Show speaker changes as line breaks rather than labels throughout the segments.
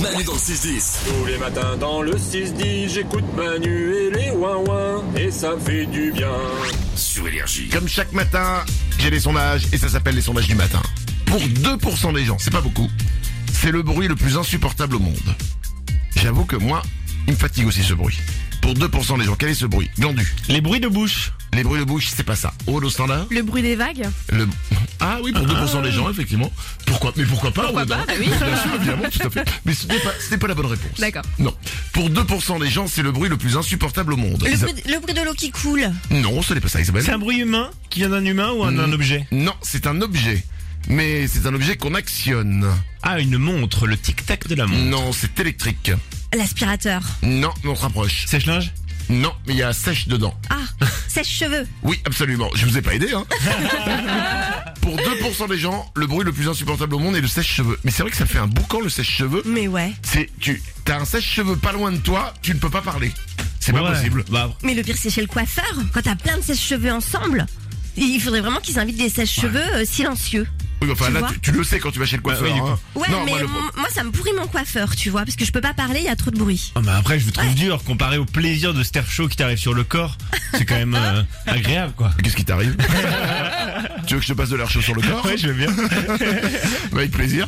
Manu dans le 6-10.
Tous les matins dans le 6-10, j'écoute Manu et les ouin et ça me fait du bien.
Sur Énergie.
Comme chaque matin, j'ai des sondages et ça s'appelle les sondages du matin. Pour 2% des gens, c'est pas beaucoup, c'est le bruit le plus insupportable au monde. J'avoue que moi, il me fatigue aussi ce bruit. Pour 2% des gens, quel est ce bruit Glandu.
Les bruits de bouche.
Les bruits de bouche, c'est pas ça. Au standard
Le bruit des vagues
le... Ah oui, pour 2% des gens, effectivement. Pourquoi Mais pourquoi pas Pourquoi
pas, bah oui.
Bien sûr, évidemment, tout à fait. Mais ce n'est pas, ce n'est pas la bonne réponse.
D'accord.
Non. Pour 2% des gens, c'est le bruit le plus insupportable au monde.
Le
Isa-
bruit, le bruit de l'eau qui coule.
Non, ce n'est pas ça, Isabelle.
C'est un bruit humain qui vient d'un humain ou d'un objet
Non, c'est un objet. Mais c'est un objet qu'on actionne.
Ah, une montre, le tic-tac de la montre.
Non, c'est électrique.
L'aspirateur.
Non, mais on se rapproche.
Sèche-linge
Non, mais il y a sèche dedans.
Ah, sèche-cheveux.
Oui, absolument. Je vous ai pas aidé, hein. Pour 2% des gens, le bruit le plus insupportable au monde est le sèche-cheveux. Mais c'est vrai que ça fait un boucan, le sèche-cheveux.
Mais ouais.
C'est, tu, t'as un sèche-cheveux pas loin de toi, tu ne peux pas parler. C'est pas
Ouais.
possible.
Bah,
Mais le pire, c'est chez le coiffeur. Quand t'as plein de sèche-cheveux ensemble, il faudrait vraiment qu'ils invitent des sèche-cheveux euh, silencieux.
Oui, enfin,
Tu
là,
vois
tu, tu le sais quand tu vas chez le coiffeur,
oui, du
hein.
Ouais,
Non,
mais
moi, le-
mon- moi, ça me pourrit mon coiffeur, tu vois, parce que je peux pas parler, il y a trop de bruit.
Ah, bah après, je vous trouve dur comparé au plaisir de Sterf Show qui t'arrive sur le corps. C'est quand même euh, agréable, quoi.
Qu'est-ce qui t'arrive? tu veux que je te passe de l'air chaud sur le corps?
je veux bien.
Avec plaisir.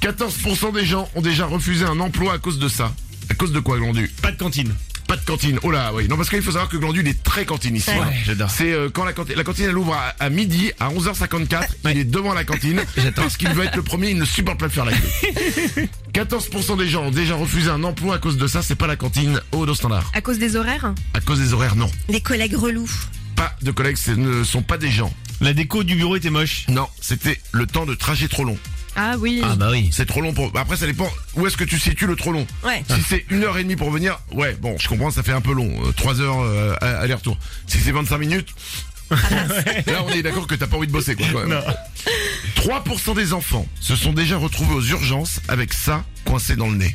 14% des gens ont déjà refusé un emploi à cause de ça. À cause de quoi, Glandu
Pas de cantine.
Pas de cantine. Oh là, oui. Non, parce qu'il faut savoir que Glandu, il est très cantiniste.
Ouais,
j'adore.
C'est euh, quand la cantine, la cantine, elle ouvre à, à midi, à 11h54. Il est devant la cantine. Parce qu'il veut être le premier, il ne supporte pas de faire la queue. 14% des gens ont déjà refusé un emploi à cause de ça. C'est pas la cantine Oh, au dos standard.
à cause des horaires
À cause des horaires, non.
Les collègues relous.
Pas de collègues, ce ne sont pas des gens.
La déco du bureau était moche.
Non, c'était le temps de trajet trop long.
Ah oui.
bah oui.
C'est trop long pour. Après, ça dépend. Où est-ce que tu situes le trop long
Ouais.
Si c'est une heure et demie pour venir, ouais, bon, je comprends, ça fait un peu long. euh, Trois heures euh, à- aller-retour. Si c'est 25 minutes. Là, on est d'accord que t'as pas envie de bosser, quoi. Quand même. 3% des enfants se sont déjà retrouvés aux urgences avec ça coincé dans le nez.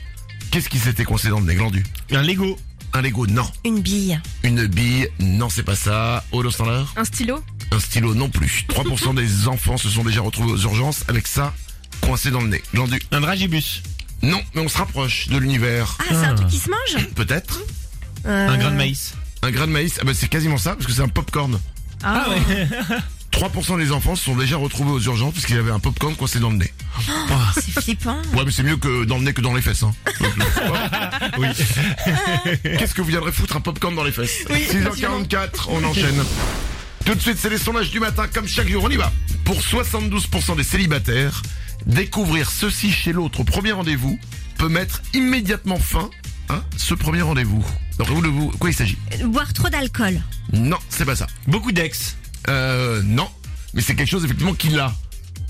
Qu'est-ce qui s'était coincé dans le nez, Glandu
Un Lego.
Un Lego, non.
Une bille.
Une bille, non, c'est pas ça. Holo standard
Un stylo
Un stylo, non plus. 3% des enfants se sont déjà retrouvés aux urgences avec ça coincé dans le nez. Glandu,
Un dragibus.
non, mais on se rapproche de l'univers.
Ah, c'est un truc qui se mange
Peut-être
Un grain de maïs.
Un grain de maïs, ah bah c'est quasiment ça, parce que c'est un popcorn.
Euh,
Ah,
ouais.
3% des enfants se sont déjà retrouvés aux urgences parce qu'il y avait un popcorn coincé dans le nez.
oh, C'est flippant.
Ouais, mais c'est mieux que dans le nez que dans les fesses. Hein. Donc, le- oui. Qu'est-ce que vous viendrez foutre un popcorn dans les fesses 6h44, on enchaîne. Tout de suite, c'est les sondages du matin, comme chaque jour, on y va. Pour 72% des célibataires, découvrir ceci chez l'autre au premier rendez-vous peut mettre immédiatement fin à ce premier rendez-vous. Donc, vous, de vous, quoi il s'agit
Boire trop d'alcool.
Non, c'est pas ça.
Beaucoup d'ex.
Euh, non. Mais c'est quelque chose effectivement qu'il a.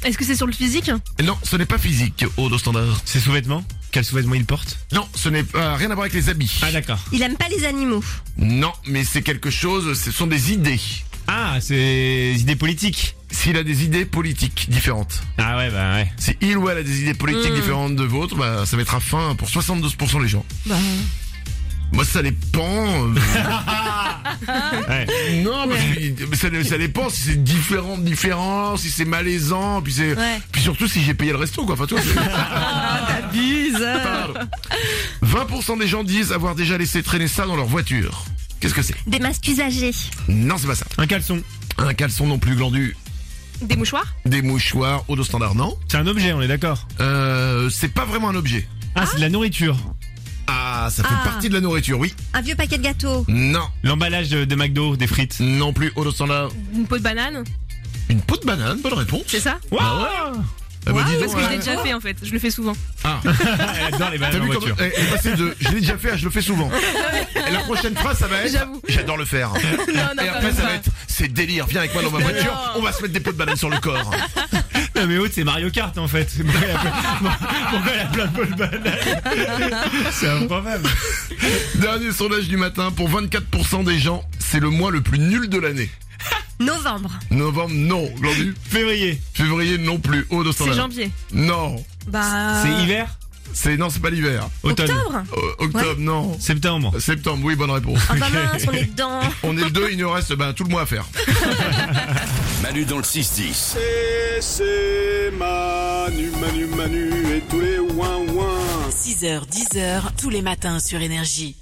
Est-ce que c'est sur le physique
Non, ce n'est pas physique, au dos standard.
Ses sous-vêtements Quels sous-vêtements il porte
Non, ce n'est pas rien à voir avec les habits.
Ah, d'accord.
Il aime pas les animaux.
Non, mais c'est quelque chose, ce sont des idées.
Ah, c'est des idées politiques.
S'il a des idées politiques différentes,
Ah ouais, bah ouais.
si il ou elle a des idées politiques
Hmm.
différentes de vôtres, bah, ça mettra fin pour 72% des gens.
Bah,
Moi, ça dépend. euh,
Ouais.
non, parce que, mais ça, ça dépend si c'est différent, de différent, si c'est malaisant, puis c'est,
Ouais.
puis surtout si j'ai payé le resto, quoi. Enfin, toi, c'est-
t'abuses.
Pardon. 20% des gens disent avoir déjà laissé traîner ça dans leur voiture. Qu'est-ce que c'est
Des masques usagés.
Non, c'est pas ça.
Un caleçon.
Un caleçon non plus glandu,
Des mouchoirs
des mouchoirs, au dos standard, non
C'est un objet, on est d'accord.
Euh, c'est pas vraiment un objet.
Ah, c'est de la nourriture.
Ah, ça fait
Ah.
partie de la nourriture, oui.
Un vieux paquet de gâteaux.
Non,
L'emballage de, de McDo, des frites.
non plus, au dos standard.
Une peau de banane
Une peau de banane, bonne réponse.
C'est ça
Waouh
Ah, bah, dis
Parce
donc,
que je
ouais.
l'ai déjà fait en fait, je le fais souvent.
Ah,
Elle adore les
t'as
bananes en
vu comme...
voiture.
Elle est passée de je l'ai déjà fait à je le fais souvent. Et la prochaine phrase, ça va être
J'avoue.
J'adore le faire.
non,
Et
quand
après,
même
ça
pas.
va être C'est délire, viens avec moi dans ma voiture, on va se mettre des pots de banane sur le corps.
Non mais autre c'est Mario Kart en fait. Pourquoi elle a plein- pourquoi elle a plein de bol banane C'est improbable.
Dernier sondage du matin, pour 24% des gens, c'est le mois le plus nul de l'année.
Novembre.
Novembre, non. Glandu,
Février.
février, non plus. Haut de
C'est janvier.
Non.
Bah.
C'est hiver
C'est, non, c'est pas l'hiver.
Automne.
Octobre.
Euh, octobre, non.
Septembre.
Septembre, oui, bonne réponse.
Oh bah mince, on est dedans.
On est le 2, il nous reste ben, tout le mois à faire.
Manu dans le 6-10.
Et c'est Manu, Manu, Manu et tous les ouin-ouin.
6h, 10h, tous les matins sur Énergie.